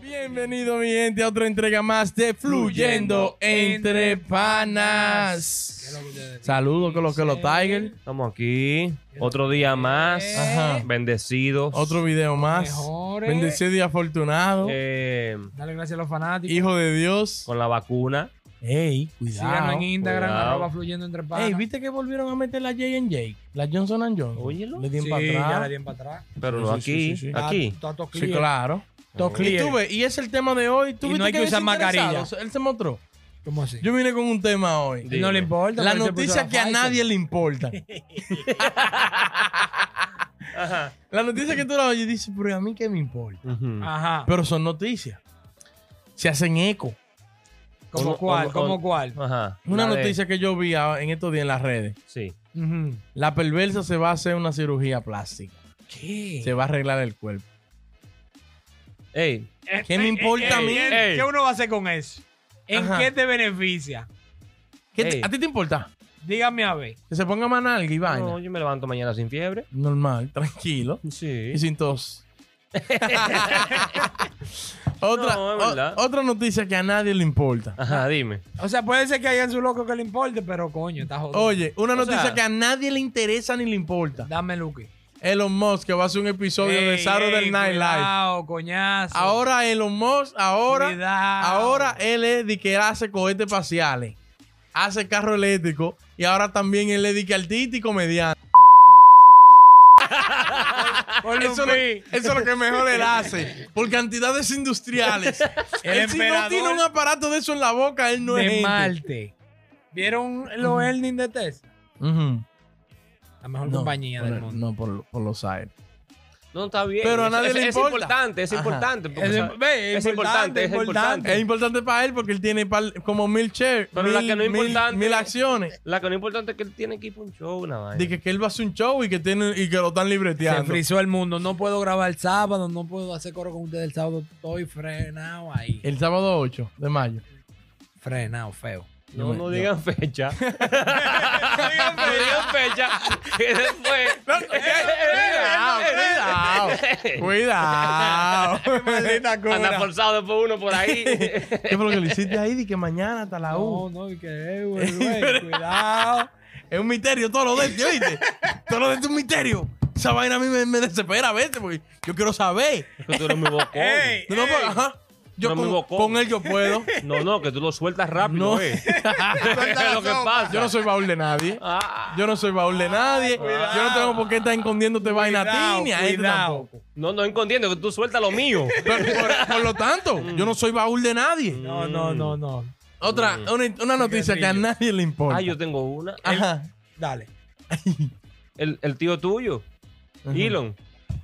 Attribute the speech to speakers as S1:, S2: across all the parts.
S1: Bienvenido, mi gente, a otra entrega más de Fluyendo Entre Panas. Saludos con los que los Tiger.
S2: Estamos aquí. Otro día más.
S1: Ajá.
S2: Bendecidos.
S1: Otro video más.
S3: Mejores.
S1: Bendecido y afortunado.
S2: Eh,
S3: Dale gracias a los fanáticos.
S1: Hijo de Dios.
S2: con la vacuna.
S1: Ey,
S3: Síganos en Instagram,
S2: cuidado.
S3: arroba fluyendo entre panas.
S1: Ey, ¿viste que volvieron a meter la J&J? La Johnson Johnson.
S2: Óyelo.
S1: Le
S3: Sí,
S1: dieron
S3: ya
S1: para
S3: le
S1: atrás.
S3: dieron para atrás.
S2: Pero
S1: Sí,
S2: no
S1: sí,
S2: aquí.
S1: sí, sí, sí.
S2: Aquí.
S3: Está- está todo
S1: Sí,
S3: clear.
S1: claro.
S3: Todo
S1: Y
S3: clear.
S1: tú ves, y es el tema de hoy. ¿Tú
S3: Y
S1: viste
S3: no hay que
S1: es
S3: usar mascarilla.
S1: interesado? Él se mostró.
S3: ¿Cómo así?
S1: Yo vine con un tema hoy.
S2: Di-
S3: no
S2: Dime.
S3: le importa.
S1: La
S3: pero él se puso
S1: noticia que a
S3: Pfizer.
S1: nadie le importa. la noticia que tú la oyes y dices, pero a mí qué me importa.
S2: Ujú.
S3: Ajá.
S1: Pero son noticias. Se hacen eco.
S3: ¿Cómo
S2: Uno-
S3: cuál?
S2: uno-
S3: ¿Cómo
S2: uno-
S3: cuál?
S2: Ajá.
S1: Una
S2: La de-
S1: noticia que yo vi a- en estos días en las redes.
S2: Sí.
S3: Ujú.
S1: La perversa se va a hacer una cirugía plástica.
S3: ¿Qué?
S1: Se va a arreglar el cuerpo.
S2: Ey.
S3: Eh,
S1: ¿Qué me
S3: eh,
S1: importa
S3: eh,
S1: a mí?
S3: eh, ¿Qué uno va a hacer con eso? ¿En
S1: Ajá.
S3: qué te beneficia?
S1: ¿Qué te-
S2: Ey.
S1: ¿A ti te importa?
S3: Dígame a ver.
S1: Que se ponga más nalga y vaina.
S2: No, yo me levanto mañana sin fiebre.
S1: Normal, tranquilo.
S2: Sí.
S1: Y sin tos. otra,
S2: No, es
S1: o-
S2: verdad.
S1: otra noticia que a nadie le importa.
S2: Ajá, dime.
S3: O sea, puede ser que haya en su loco que le importe, pero coño, está jodido.
S1: Oye, una
S2: O
S1: noticia
S2: sea-
S1: que a nadie le interesa ni le importa.
S3: Dame Luque.
S1: Elon Musk que va a hacer un episodio de
S3: Ey,
S1: Saturday
S3: ey,
S1: Night Live.
S3: Cuidado, coñazo.
S1: Ahora Elon Musk, ahora,
S3: Cuidado.
S1: ahora él es de que hace cohetes espaciales, hace carro eléctrico y ahora también él es de que artista y comediante.
S3: Ponle un
S1: Eso, lo-
S3: pi.
S1: eso es lo que mejor él hace por cantidades industriales.
S3: El
S1: él si no
S3: emperador
S1: tiene un aparato de eso en la boca, él no
S3: de
S1: es gente.
S3: Marte. ¿Vieron los earnings de Tesla?
S1: Ujú.
S3: La mejor
S1: No,
S3: compañía
S1: por
S3: del
S1: el-
S3: mundo.
S1: No, por, por los aires.
S2: No está bien.
S1: Pero a
S2: Es-
S1: nadie
S2: es,
S1: le
S2: es
S1: importa.
S2: importante, es
S1: Ajá.
S2: importante. porque,
S3: Es-
S2: o sea,
S3: ve, es
S2: es importante, es importante.
S1: Es importante para él porque él tiene par- como mil shares,
S2: Pero
S1: mil,
S2: la que no es
S1: mil-
S2: importante-
S1: mil acciones.
S2: La que no es importante es que él tiene que ir para un show, una vaina.
S1: De que, que él va a hacer un show y que, tiene, y que lo están
S3: Se
S1: libreteando.
S3: frizó el mundo. No puedo grabar el sábado, no puedo hacer coro con ustedes el sábado. Estoy frenado ahí.
S1: El sábado 8 de mayo.
S3: Frenado, feo.
S2: No,
S1: Yo-
S2: no
S1: yo-
S2: digan fecha. no digan fecha. Que después. eh,
S1: Cuidado, cuidado. Cuidado.
S2: Anda forzado después uno por ahí.
S1: ¿Qué fue lo que le hiciste ahí? Di que mañana hasta la
S3: No,
S1: 1.
S3: no, y que, eh, güey, güey, cuidado.
S1: Es un misterio todo lo de este, ¿oíste? todo lo de este es un misterio. Esa vaina a mí me, me desespera a veces porque yo quiero saber.
S2: Que tú eres muy bocón.
S3: Ey.
S1: No, no, pero, ajá. Yo
S2: No me
S1: con,
S2: invocó.
S1: con él yo puedo.
S2: No, no, que tú lo sueltas rápido.
S1: No.
S2: eh. es lo que pasa.
S1: Yo no soy baúl de nadie.
S2: Ah.
S1: Yo no soy baúl de nadie.
S2: cuidado.
S1: Yo no tengo por qué estar escondiéndote vaina a ti ni a este tampoco.
S3: cuidado.
S2: no, no entendiendo que tú sueltas lo mío.
S1: Pero, por, por lo tanto, yo no soy baúl de nadie.
S3: No, no, no, no.
S1: Otra, una, una noticia que a
S3: rillo.
S1: nadie le importa.
S2: Ah, yo tengo una.
S1: Ajá.
S3: Dale.
S2: El, el tío tuyo,
S1: Ajá.
S2: Elon,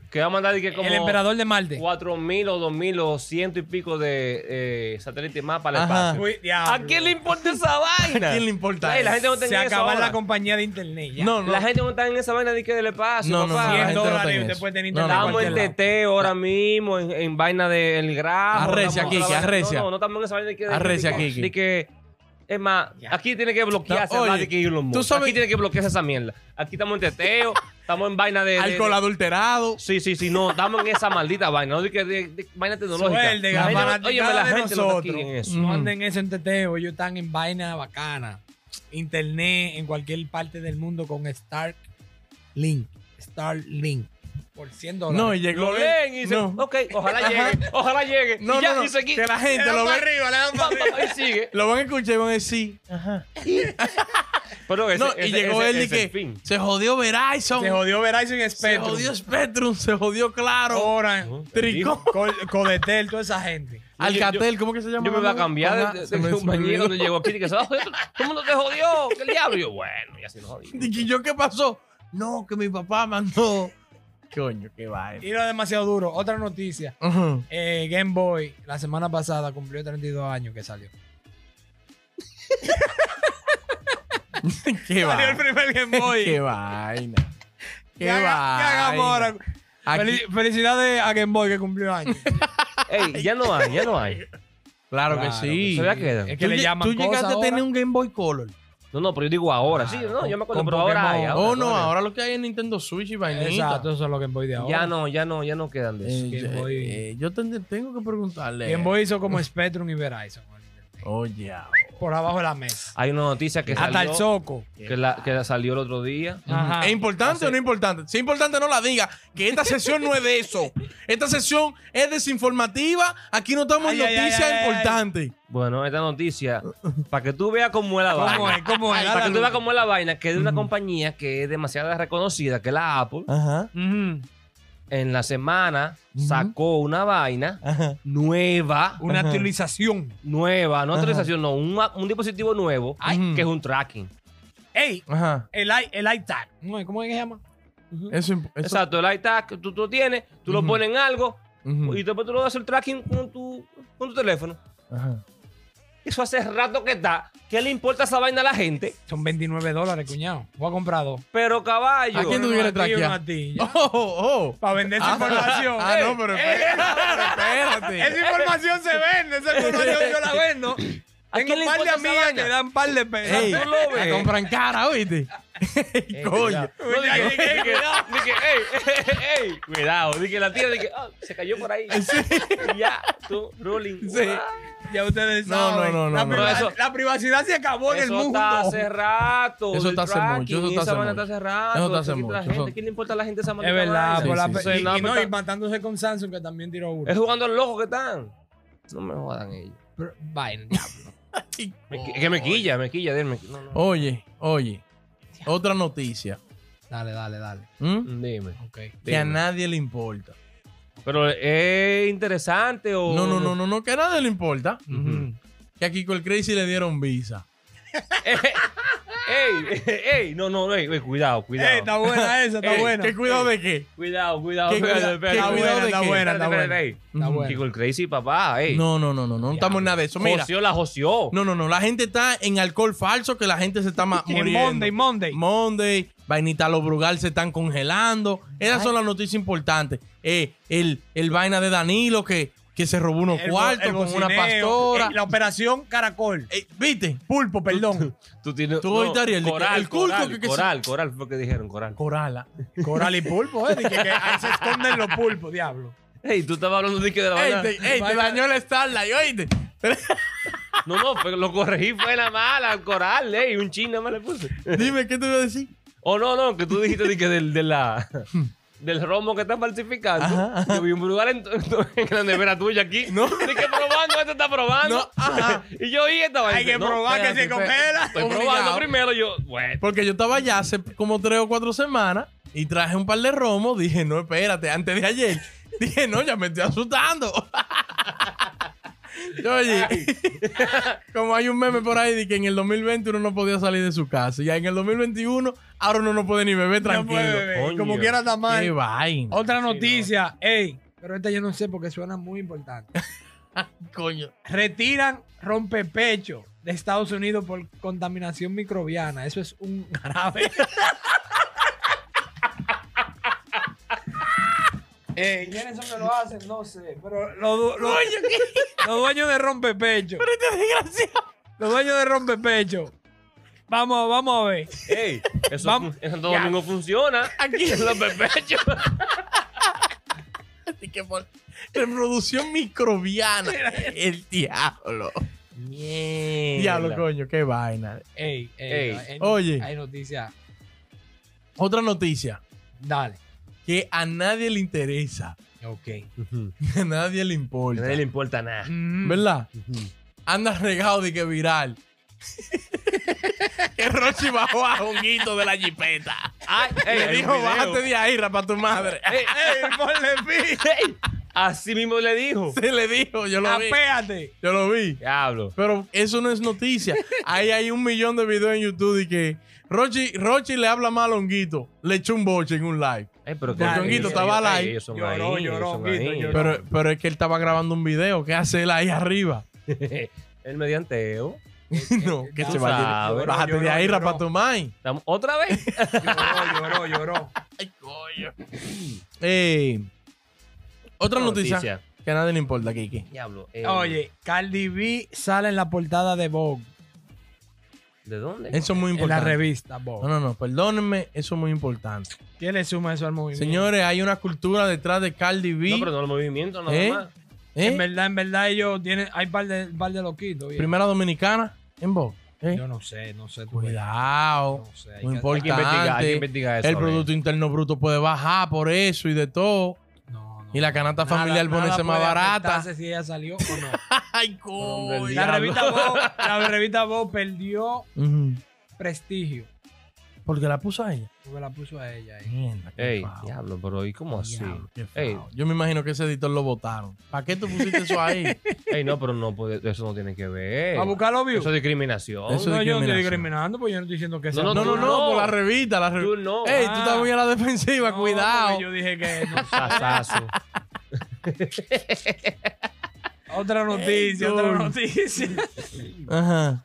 S2: que va a mandar y que como
S3: El emperador de Marte.
S2: 4.000 o 2.000 o ciento y pico de eh, satélites más para el
S1: Ajá.
S2: espacio.
S3: Uy, diablo.
S2: ¿A quién le importa esa vaina?
S1: ¿A quién le importa
S2: Ey, la
S1: eso?
S2: gente no está
S3: Se
S2: en eso
S3: acaba
S2: ahora.
S3: la compañía de internet. ya.
S1: No, no.
S2: La gente no está en esa vaina de que del espacio,
S1: no, no, no,
S2: papá.
S1: la
S3: 100
S1: gente no
S3: dólares
S1: está en
S3: y usted
S1: eso.
S3: puede tener
S1: No, no,
S3: internet
S2: Estamos
S3: cualquier
S2: en
S3: lado.
S2: teteo ahora mismo, en, en vaina del grafo.
S1: Arrecia,
S2: estamos-
S1: Kiki, arrecia.
S2: No, no, no estamos en esa vaina de que... de-
S1: Arrecia,
S2: de que-
S1: Kiki.
S2: de que- es más, aquí tiene que bloquearse
S1: No,
S2: hablar
S1: oye,
S2: de que Elon Musk.
S1: tú sabes-
S2: Aquí tiene que bloquearse esa mierda. Aquí estamos en teteo, estamos en vaina de... de-
S1: Alcohol
S2: de-
S1: adulterado.
S2: Sí, sí, sí, no, estamos en esa maldita vaina, no de que de, de- vaina tecnológica.
S3: Suerte,
S2: La gente no-
S3: fanaticada
S2: óyeme, la
S3: de
S2: gente no está aquí
S3: nosotros.
S2: en eso.
S3: No
S1: Ujú.
S3: anden en ese enteteo, ellos están en vaina bacana. Internet en cualquier parte del mundo con Stark Link. Starlink. Por 100 dólares.
S1: No, y llegó.
S2: Lo leen y dicen,
S1: no.
S2: ok, ojalá llegue, ojalá llegue.
S1: No,
S2: y ya,
S1: no, no,
S2: y se quita.
S1: que la gente lo ve.
S3: arriba, le dan
S2: Pa, pa, pa, y sigue.
S1: Lo van a escuchar y van a decir.
S2: Pero ese,
S1: No,
S2: ese-
S1: y llegó
S2: ese-
S1: él y
S2: ese es el
S1: que
S2: fin.
S1: se jodió Verizon.
S3: Se jodió Verizon
S1: se
S3: Spectrum.
S1: jodió Spectrum, se jodió
S2: Oh,
S1: Claro.
S3: Orange,
S2: No,
S1: Tricón.
S3: Co- Codetel, toda esa gente.
S1: Alcatel, ¿cómo que se llama?
S2: Yo me voy a cambiar
S1: Ajá,
S2: de, de,
S1: se me
S2: compañero
S1: olvidó.
S2: cuando llegó aquí. Que se va, todo el mundo te jodió. ¿Qué diablo? Y yo, bueno, ya se nos jodió.
S1: Dije, ¿Y yo qué pasó? No, que mi papá mandó. Coño, qué vaina.
S3: Tiro demasiado duro. Otra noticia.
S1: Ujú.
S3: Eh, Game Boy, la semana pasada cumplió 32 años que salió.
S1: qué vaina.
S3: primer Game
S1: Qué vaina. Qué
S3: ¿Qué haga- qué hagamos
S1: vaina.
S3: ahora?
S1: Aquí-
S3: Felici- Felicidades a Game Boy que cumplió años.
S2: Ey, ya no hay, ya no hay.
S1: Claro que
S3: Claro que
S1: sí.
S3: sí.
S2: Todavía quedan.
S3: Es
S1: Tú
S3: que le
S1: lle-
S3: llaman
S1: Tú llegaste
S3: cosas
S1: a tener
S3: ahora.
S1: un Game Boy Color.
S2: No, no, pero yo digo ahora.
S3: Claro,
S2: sí, no, yo me acuerdo,
S3: con
S2: pero ahora
S3: Pokémon.
S2: hay. ahora,
S1: Oh, no,
S2: ahora.
S1: ahora lo que hay es Nintendo Switch y vainita.
S3: Exacto, eso es lo que voy de ahora.
S2: Ya no, ya no, ya no quedan de eso.
S1: Eh,
S3: Game
S1: yo-
S3: Boy.
S1: eh, yo ten- tengo que preguntarle.
S3: Game Boy hizo como Spectrum y Verizon. con el internet.
S1: Oh, ya.
S3: Por abajo de la mesa.
S2: Hay una noticia que
S3: Hasta el
S2: salió,
S3: soco.
S2: que, la, que la salió el otro día.
S3: Ajá.
S1: ¿Es importante o no es importante? Si es importante, no la diga. Que esta sesión no es de eso. Esta sesión es desinformativa. Aquí no estamos en
S3: Ay, ay,
S1: noticias
S3: ay, ay,
S1: importantes.
S2: Bueno, esta noticia, para que tú veas cómo es la
S3: ¿Cómo
S2: vaina.
S3: es? ¿Cómo es?
S2: Para que tú veas
S3: Dale,
S2: cómo es la vaina, que es de una
S1: Ujú.
S2: compañía que es demasiado reconocida, que es la Apple,
S1: Ajá.
S3: Ujú.
S2: en la semana
S1: Ujú.
S2: sacó una vaina
S1: Ajá.
S2: nueva,
S3: Una
S1: Ajá.
S3: actualización.
S2: nueva, no
S1: Ajá.
S2: actualización, no, un, un dispositivo nuevo,
S1: Ay.
S2: que es un tracking.
S3: Ey,
S1: Ajá.
S3: el, i- el iTag. No, ¿Cómo es que se llama?
S1: Eso, imp- eso-
S2: Exacto, el iTag, tú tú lo tienes, tú lo
S1: Ujú.
S2: pones en algo
S1: Ujú.
S2: y después tú lo das el tracking con tu, con tu teléfono.
S1: Ajá.
S2: Eso hace rato que está. ¿Qué le importa esa vaina a la gente?
S3: Son 29 dólares, cuñado. Voy a comprar dos.
S2: Pero caballo.
S1: ¿A quién tú
S3: Uno
S1: quieres
S3: a ti,
S1: traquear?
S3: uno a ti.
S1: Oh, oh, oh.
S3: Para vender
S1: Ah,
S3: esa información.
S1: Ah,
S3: Ey,
S1: no, pero
S3: ey,
S1: espérate.
S3: Esa
S1: espérate.
S3: información se vende, esa información yo la vendo.
S2: ¿A
S3: Tengo
S2: quién le
S3: un par de
S2: importa esa
S3: amigas
S2: vaina?
S3: que dan un par de pesos.
S1: Ey,
S2: tú lo
S1: la
S2: ves.
S1: compran cara, oíste.
S2: Eh,
S1: Coño.
S2: cuidado. No, dije, dije, cuidado. Dije, ey, ey, ey, cuidado. Dije, la tía, dije, ah, se cayó por ahí. Y Ya, tú, ruling.
S1: Sí.
S3: Ya ustedes
S1: No,
S3: saben.
S1: no, no, no,
S3: la,
S1: no.
S3: priva-
S2: Eso-
S3: la privacidad se acabó en el
S2: Eso
S3: mundo.
S2: está hace rato.
S1: Eso está
S2: del
S1: hace mucho,
S2: tracking,
S1: eso está
S2: esa
S1: hace
S2: vaina
S1: mucho.
S2: está hace rato.
S1: Eso está hace
S2: se quita la
S1: mucho,
S2: gente.
S1: eso-
S2: ¿Quién le importa a la gente esa
S3: Es
S2: maldita
S3: verdad,
S2: vaina?
S3: por la
S1: sí,
S3: pe-
S1: sí.
S3: y-
S2: Sí, no,
S3: y, no,
S2: pero-
S3: y matándose con Samsung, que también tiró uno.
S2: Es jugando al loco que están. No me jodan ellos.
S3: Pero- vaina, diablo.
S2: Me qui- Es que me quilla, me quilla. Dime. No,
S1: Oh.
S2: no.
S1: Oye, oye. Otra noticia.
S3: Dale, dale, dale.
S1: ¿Mm?
S2: Dime.
S3: Ok.
S1: Que a
S2: Dime.
S1: nadie le importa.
S2: Pero es interesante o.
S1: No, no, no, no, no, que a nadie le importa.
S3: Eh,
S2: Ujú.
S1: Que a Kiko el Crazy le dieron visa.
S2: Ey, ey, no, no, ey, ey, cuidado, cuidado.
S3: Ey, está buena esa, está
S2: Ey,
S3: buena.
S1: ¿Qué cuidado de qué?
S2: Cuidado, cuidado.
S1: ¿Qué
S2: espérate,
S1: cuida-
S2: espérate,
S1: qué
S3: Está
S2: espérate,
S1: cuidado
S3: buena,
S1: de
S3: está
S1: qué?
S3: buena, está
S2: espérate, espérate,
S3: buena.
S2: ey.
S3: Está
S1: Ujú.
S3: buena.
S2: Kiko el Crazy, papá, ey.
S1: No, no, no, no, no, no estamos en nada de eso. Mira,
S2: Joseó la joseó.
S1: no, no, no, la gente está en alcohol falso, que la gente se está ma-
S3: Y
S1: muriendo.
S3: Monday, Monday.
S1: Monday, vainita los Brugal se están congelando. Esas son las noticias importantes. Eh, el, el vaina de Danilo que, que se robó unos
S3: El bo-
S1: cuartos
S3: el
S1: con una
S3: bocineo,
S1: pastora.
S3: eh, La operación Caracol.
S1: Eh, ¿Viste?
S3: Pulpo, perdón.
S2: Tú tienes.
S1: Tú oíste, Ariel, de que
S2: coral,
S1: el culto
S2: coral,
S1: que- que se-
S2: coral, coral, fue lo que dijeron, coral.
S1: Corala.
S3: Coral y pulpo, ¿eh? de Que, que ahí se esconden los pulpos, diablo.
S2: Ey, tú estabas hablando de que de la
S1: Ey,
S2: vaina.
S1: te, ey, te dañó el Starlight, oíste.
S2: No, no, fue- lo corregí, fue la mala, coral, ey, un chino más le puse.
S1: Dime, ¿qué te voy a decir?
S2: O no, no, que tú dijiste de que del, de la, del romo que estás falsificando. Yo vi un lugar en, en la nevera tuya aquí. No. que probando, esto está probando.
S1: No, ajá.
S2: Y yo oí esta vaina.
S3: Hay que
S2: No,
S3: probar que
S2: espérate,
S3: se
S2: espérate.
S3: congela.
S2: Estoy
S1: Obligado.
S2: probando primero. Yo, bueno.
S1: Porque yo estaba allá hace como tres o cuatro semanas y traje un par de romos. Dije, no, espérate, antes de ayer. Dije, no, ya me estoy asustando. Yo, Oye, como hay un meme por ahí de que en el 2020 uno no podía salir de su casa. Y en el 2021 ahora uno no puede ni beber
S3: No
S1: tranquilo.
S3: puede beber.
S2: Coño.
S3: Como quiera está
S1: Qué
S3: mal.
S1: vaina.
S3: Otra noticia, ey. Pero esta yo no sé porque suena muy importante.
S1: Coño.
S3: Retiran rompepecho de Estados Unidos por contaminación microbiana. Eso es un grave. Eh, ¿Quiénes son que lo hacen? No sé. Pero los, du- los- los dueños de rompepecho. Los dueños de rompepecho. Vamos, vamos a ver.
S2: Ey, eso
S3: Vamos.
S2: fun- en Santo Domingo funciona. Aquí. En los pepechos.
S1: Así que por reproducción microbiana. El diablo. Diablo, coño, qué vaina.
S3: Ey, ey,
S2: Ey.
S3: hay-
S1: Oye.
S3: Hay noticias.
S1: Otra noticia
S3: Dale.
S1: que a nadie le interesa.
S3: Ok.
S1: A nadie le importa. Mm.
S2: nadie le importa nada.
S3: Mm.
S1: ¿Verdad? Anda regado de que viral. que Rochi bajó a Jonguito de la jipeta.
S2: Ay, ey,
S1: Le
S2: hay un
S1: dijo,
S2: video.
S1: bájate de ahí, rapa tu madre.
S2: Ey,
S3: ¡Ey, ponle fin!
S2: ey, Así mismo le dijo.
S1: Se le dijo, yo lo vi.
S3: ¡Apéate!
S1: Yo lo vi.
S2: Diablo.
S1: Pero eso no es noticia. Ahí hay un millón de videos en YouTube de que Rochi, Rochi le habla mal a Honguito. Le echó un boche en un live.
S2: Ey, Eh, pero
S1: Porque Honguito estaba
S2: ellos-
S1: live.
S2: ey, ellos son
S3: Lloró,
S2: ahí, ellos
S3: lloró,
S2: son
S3: Honguito,
S2: ahí.
S3: lloró.
S1: Pero, pero es que él estaba grabando un video. ¿Qué hace él ahí arriba?
S2: El medianteo.
S1: no, que
S3: Tú
S1: se vaya.
S2: sabes.
S1: Bájate
S3: Lloró,
S1: de ahí,
S3: lloró.
S1: rapa tu madre.
S2: Estamos- ¿Otra vez?
S3: Lloró, lloró, lloró.
S1: Ay, coño. Eh, otra noticia, que a nadie le importa, Kiki.
S2: Diablo. eh,
S3: Oye, Cardi B sale en la portada de Vogue.
S2: ¿De dónde?
S1: Eso es muy
S3: En la
S1: importante.
S3: revista,
S1: No,
S3: Bob.
S1: no, no, perdónenme, eso es muy importante.
S3: ¿Qué le suma eso al movimiento?
S1: Señores, hay una cultura detrás de Cardi B.
S2: No, pero no el movimiento, nada
S1: ¿Eh?
S2: más.
S1: ¿Eh?
S3: En verdad, en verdad, ellos tienen. Hay par de, par de loquitos. viejo.
S1: Primera dominicana en voz. ¿eh?
S3: Yo no sé, no sé. tú ves.
S1: Cuidado.
S3: No sé, hay que- hay
S1: Muy
S3: que
S1: importante.
S2: investigar, hay que investigar eso,
S1: El
S2: a ver.
S1: Producto Interno Bruto puede bajar por eso y de todo.
S3: No, no,
S1: Y la canasta
S3: nada-
S1: familiar
S3: nada
S1: ponerse más
S3: puede
S1: barata.
S3: afectarse si ella salió o no.
S1: Ay,
S2: Hombre, el
S3: La
S2: Diablo.
S3: revista Vogue, la revista Vogue perdió
S1: Ujú.
S3: prestigio
S1: Porque la puso a ella.
S3: porque la puso a ella ahí.
S1: Mierda, qué
S2: Ey,
S1: fao.
S2: diablo, pero ¿y cómo así?
S1: Diablo, qué fao.
S2: Ey,
S1: Yo me imagino que ese editor lo votaron. ¿Para qué tú pusiste eso ahí?
S2: ey, no, pero no puede, eso no tiene que ver.
S3: ¿Va a buscar los views?
S2: Eso es discriminación.
S1: Eh, Eso-
S3: no, yo no estoy
S1: discriminación.
S3: discriminando porque yo no estoy diciendo que sea.
S1: No, no, no,
S2: no.
S1: por la revista. La
S2: Tú
S1: revista.
S2: no.
S1: Ey, tú
S3: Ah.
S1: estás muy a la defensiva,
S3: No,
S1: cuidado.
S3: porque Yo dije que no.
S2: Sasazo.
S3: Otra noticia, otra
S1: Ey, tú.
S3: noticia.
S1: Ajá.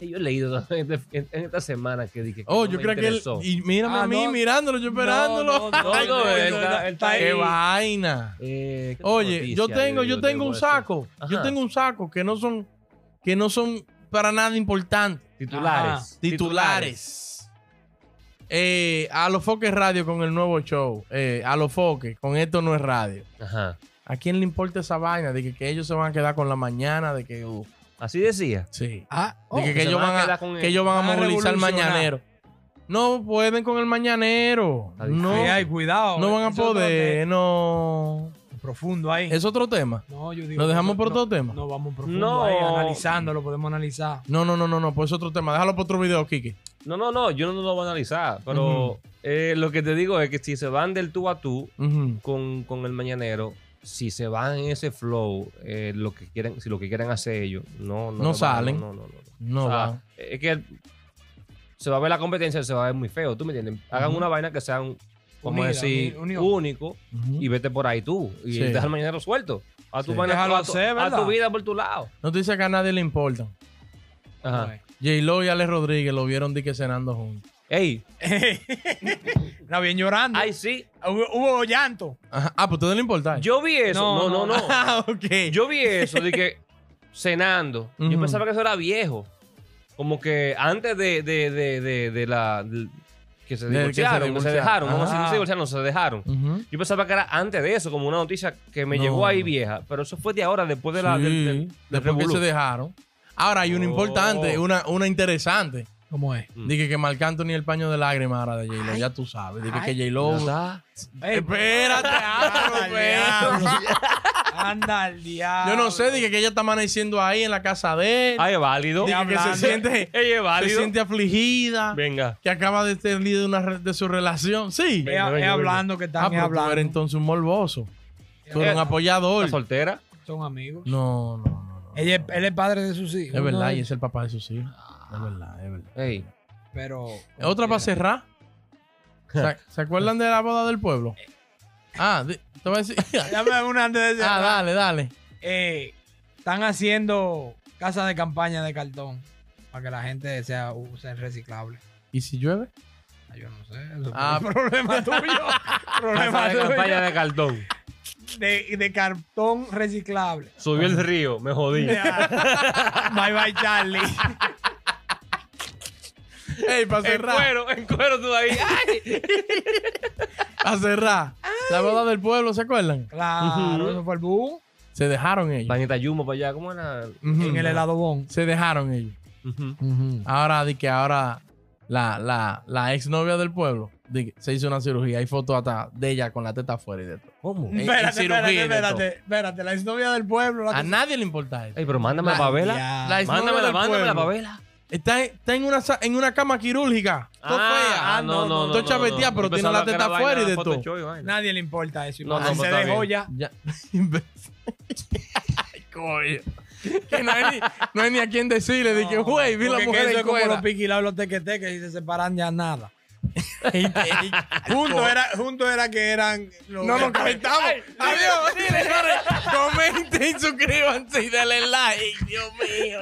S2: Yo he leído en, este- en- en esta semana que dije que
S1: Oh,
S2: no
S1: yo
S2: me
S1: creo que él.
S2: interesó.
S1: Y mírame
S3: Ah,
S1: a mí
S3: no.
S1: mirándolo, yo
S3: No,
S1: esperándolo.
S3: no, no,
S1: Ay,
S3: no,
S1: coño,
S3: él está- él está
S1: ¡Qué
S3: ahí.
S1: vaina!
S2: Eh, ¿qué
S1: Oye,
S2: noticia?
S1: yo tengo, yo tengo un
S2: eso.
S1: saco. Yo
S2: Ajá.
S1: tengo un saco que no son, que no son para nada importantes.
S2: Titulares.
S1: Titulares. Eh, a los foques radio con el nuevo show. Eh, a los foques, con esto no es radio.
S2: Titulares. Ajá.
S1: ¿A quién le importa esa vaina? De que, que ellos se van a quedar con la mañana, de que. uh,
S2: Así decía.
S1: sí.
S3: Ah,
S1: De que,
S2: que
S1: que
S2: oh, se
S1: ellos
S2: van a
S1: van a,
S2: quedar con
S1: que
S2: el-
S1: ellos van a
S3: van a
S1: movilizar el
S3: revolucionar.
S1: mañanero. No pueden con el mañanero.
S2: Está difícil.
S1: No,
S3: ay, ay, cuidado.
S1: no van a
S3: Eso es otro
S1: poder, no.
S3: tema Profundo ahí.
S1: Es otro tema.
S3: No, yo digo.
S1: ¿Lo dejamos
S3: no,
S1: por
S3: no,
S1: otro tema?
S3: No, vamos profundo
S2: No.
S3: ahí, analizando, lo podemos analizar.
S1: No, no, no, no, no, pues otro tema. Déjalo para otro video, Kike.
S2: No, no, no, yo no lo voy a analizar. Pero
S1: Ujú.
S2: eh, lo que te digo es que si se van del tú a tú
S1: Ujú.
S2: con, con el mañanero, si se van en ese flow, eh, lo que quieren, si lo que quieren hacer ellos, no, no,
S1: No
S2: le va,
S1: salen.
S2: No, no, no. no.
S1: No
S2: O sea,
S1: va.
S2: Es que se va a ver la competencia, se va a ver muy feo, ¿tú me entiendes? Hagan una vaina que sean, como
S3: Unida,
S2: decir,
S3: uni- unión.
S2: único
S1: Ujú.
S2: y vete por ahí tú. Y
S1: Sí.
S2: deja al mañanero suelto. A tu,
S1: Sí.
S2: vaina-
S3: Déjalo
S2: a tu-
S3: hacer,
S2: a
S3: ¿verdad?
S2: tu vida por tu lado.
S1: No te dice que a nadie le importa.
S2: Ajá.
S1: J-Lo y Alex Rodríguez lo vieron dique cenando juntos.
S2: Ey,
S3: La bien llorando.
S2: ay, sí.
S3: Hubo, hubo llanto.
S1: Ajá. Ah, pues a ustedes le importa.
S2: Yo vi eso.
S3: No,
S2: No, no, no.
S3: no.
S1: Ah, ok.
S2: Yo vi eso de que cenando. Yo
S1: Ujú.
S2: pensaba que eso era viejo. Como que antes de, de, de, de, de la. de- que se
S1: De que se
S2: divorciaron, que se,
S1: divorciaron.
S2: dejaron. Vamos a decir,
S3: Ajá.
S2: no se divorciaron, se dejaron.
S1: Ujú.
S2: Yo pensaba que era antes de eso, como una noticia que me
S1: No.
S2: llegó ahí vieja. Pero eso fue de ahora, después de la.
S1: Sí,
S2: del- del- del
S1: Después que
S2: revolú.
S1: se dejaron. Ahora hay una
S2: Oh.
S1: importante, una, una interesante.
S3: ¿Cómo es?
S2: Mm.
S1: Dije que Marc Anthony el paño de lágrimas ahora de J-Lo.
S3: Ay.
S1: Ya tú sabes. Dije que
S3: Ay.
S1: J-Lo.
S2: ¿Verdad?
S1: Espérate,
S3: Anda al
S1: espérate.
S3: diablo. Anda al diablo.
S1: Yo no sé, dije que ella está amaneciendo ahí en la casa de él.
S2: Ay, es válido.
S1: Dije que se
S3: hablando.
S1: siente,
S2: Ey, es
S1: se
S2: válido.
S1: siente afligida.
S2: Venga.
S1: que acaba de ser líder de, una re- de su relación. Sí.
S3: Es
S2: Venga, venga,
S3: hablando que están
S1: Ah, pero tú
S3: hablando.
S1: eres entonces un morboso. Tú eres
S2: Eh,
S1: un
S2: ¿Está
S1: apoyador.
S2: soltera?
S3: Son amigos.
S1: No, no, no. no.
S3: Ella es- él es padre de sus hijos.
S1: Es verdad,
S3: ¿no?
S1: y es el papá de sus hijos. Es verdad, es verdad.
S2: Ey.
S3: Pero.
S1: Otra para cerrar. ¿Se, se acuerdan de la boda del pueblo? Ah, di- te voy a decir.
S3: Dame una antes de
S1: Ah,
S3: cerrar.
S1: dale, dale.
S3: Eh, están haciendo casas de campaña de cartón para que la gente sea use reciclable.
S1: ¿Y si llueve?
S3: Ah, Yo no sé. eso
S1: Ah,
S3: fue problema tuyo. problema
S2: Casa de
S3: tuyo.
S2: campaña de cartón.
S3: de, de cartón reciclable.
S2: Subió el río, me jodí.
S3: bye bye, Charlie.
S1: Ey, para
S2: En
S1: cerrar.
S2: cuero, en cuero todavía. ¡Ay!
S1: Para cerrar. La boda del pueblo, ¿se acuerdan?
S3: Claro,
S2: Ujú.
S3: eso fue el bú.
S1: Se dejaron ellos.
S2: Vanita Jumbo para allá, ¿cómo era?
S1: Ujú.
S3: En el helado bon.
S1: Se dejaron ellos.
S2: Ujú.
S1: Ahora, di que ahora la, la, la exnovia del pueblo di que se hizo una cirugía. Hay fotos hasta de ella con la teta afuera y de todo.
S2: ¿Cómo?
S1: En- en
S3: Espérate,
S1: cirugía y
S3: espérate,
S1: de
S3: espérate,
S1: todo.
S3: espérate. La historia del pueblo. La
S1: A nadie le importa eso.
S2: Ey, pero mándame la
S1: La-
S2: pavela.
S3: Ya.
S1: La exnovia
S2: Mándamela,
S1: del
S2: mándamela,
S1: pueblo
S2: pavela.
S1: Está, en- está en, una, sa- en una cama quirúrgica. Todo fea.
S3: ah, no, no,
S1: Todo chaveteada, pero
S2: Yo
S1: tiene la
S2: pensaba que
S1: teta
S2: era
S1: afuera y
S2: vaina
S1: de todo.
S2: Photoshop y vaina.
S3: Nadie le importa eso.
S2: No, no,
S3: Así
S2: no,
S3: se
S2: está
S3: dejó
S2: bien.
S3: ya.
S1: Ya. Ay, coño. Que no hay, ni, no hay ni a quién decirle. de que, güey, vi la
S3: Porque
S1: mujer
S3: eso
S1: en
S3: es como los
S1: cuera.
S3: piquilados y los tequetes que se separan ya nada.
S1: Ey, ey,
S3: Junto era, junto era que eran los.
S1: No nos conectamos. Adiós, señores. Comenten, suscríbanse y denle like. Dios mío.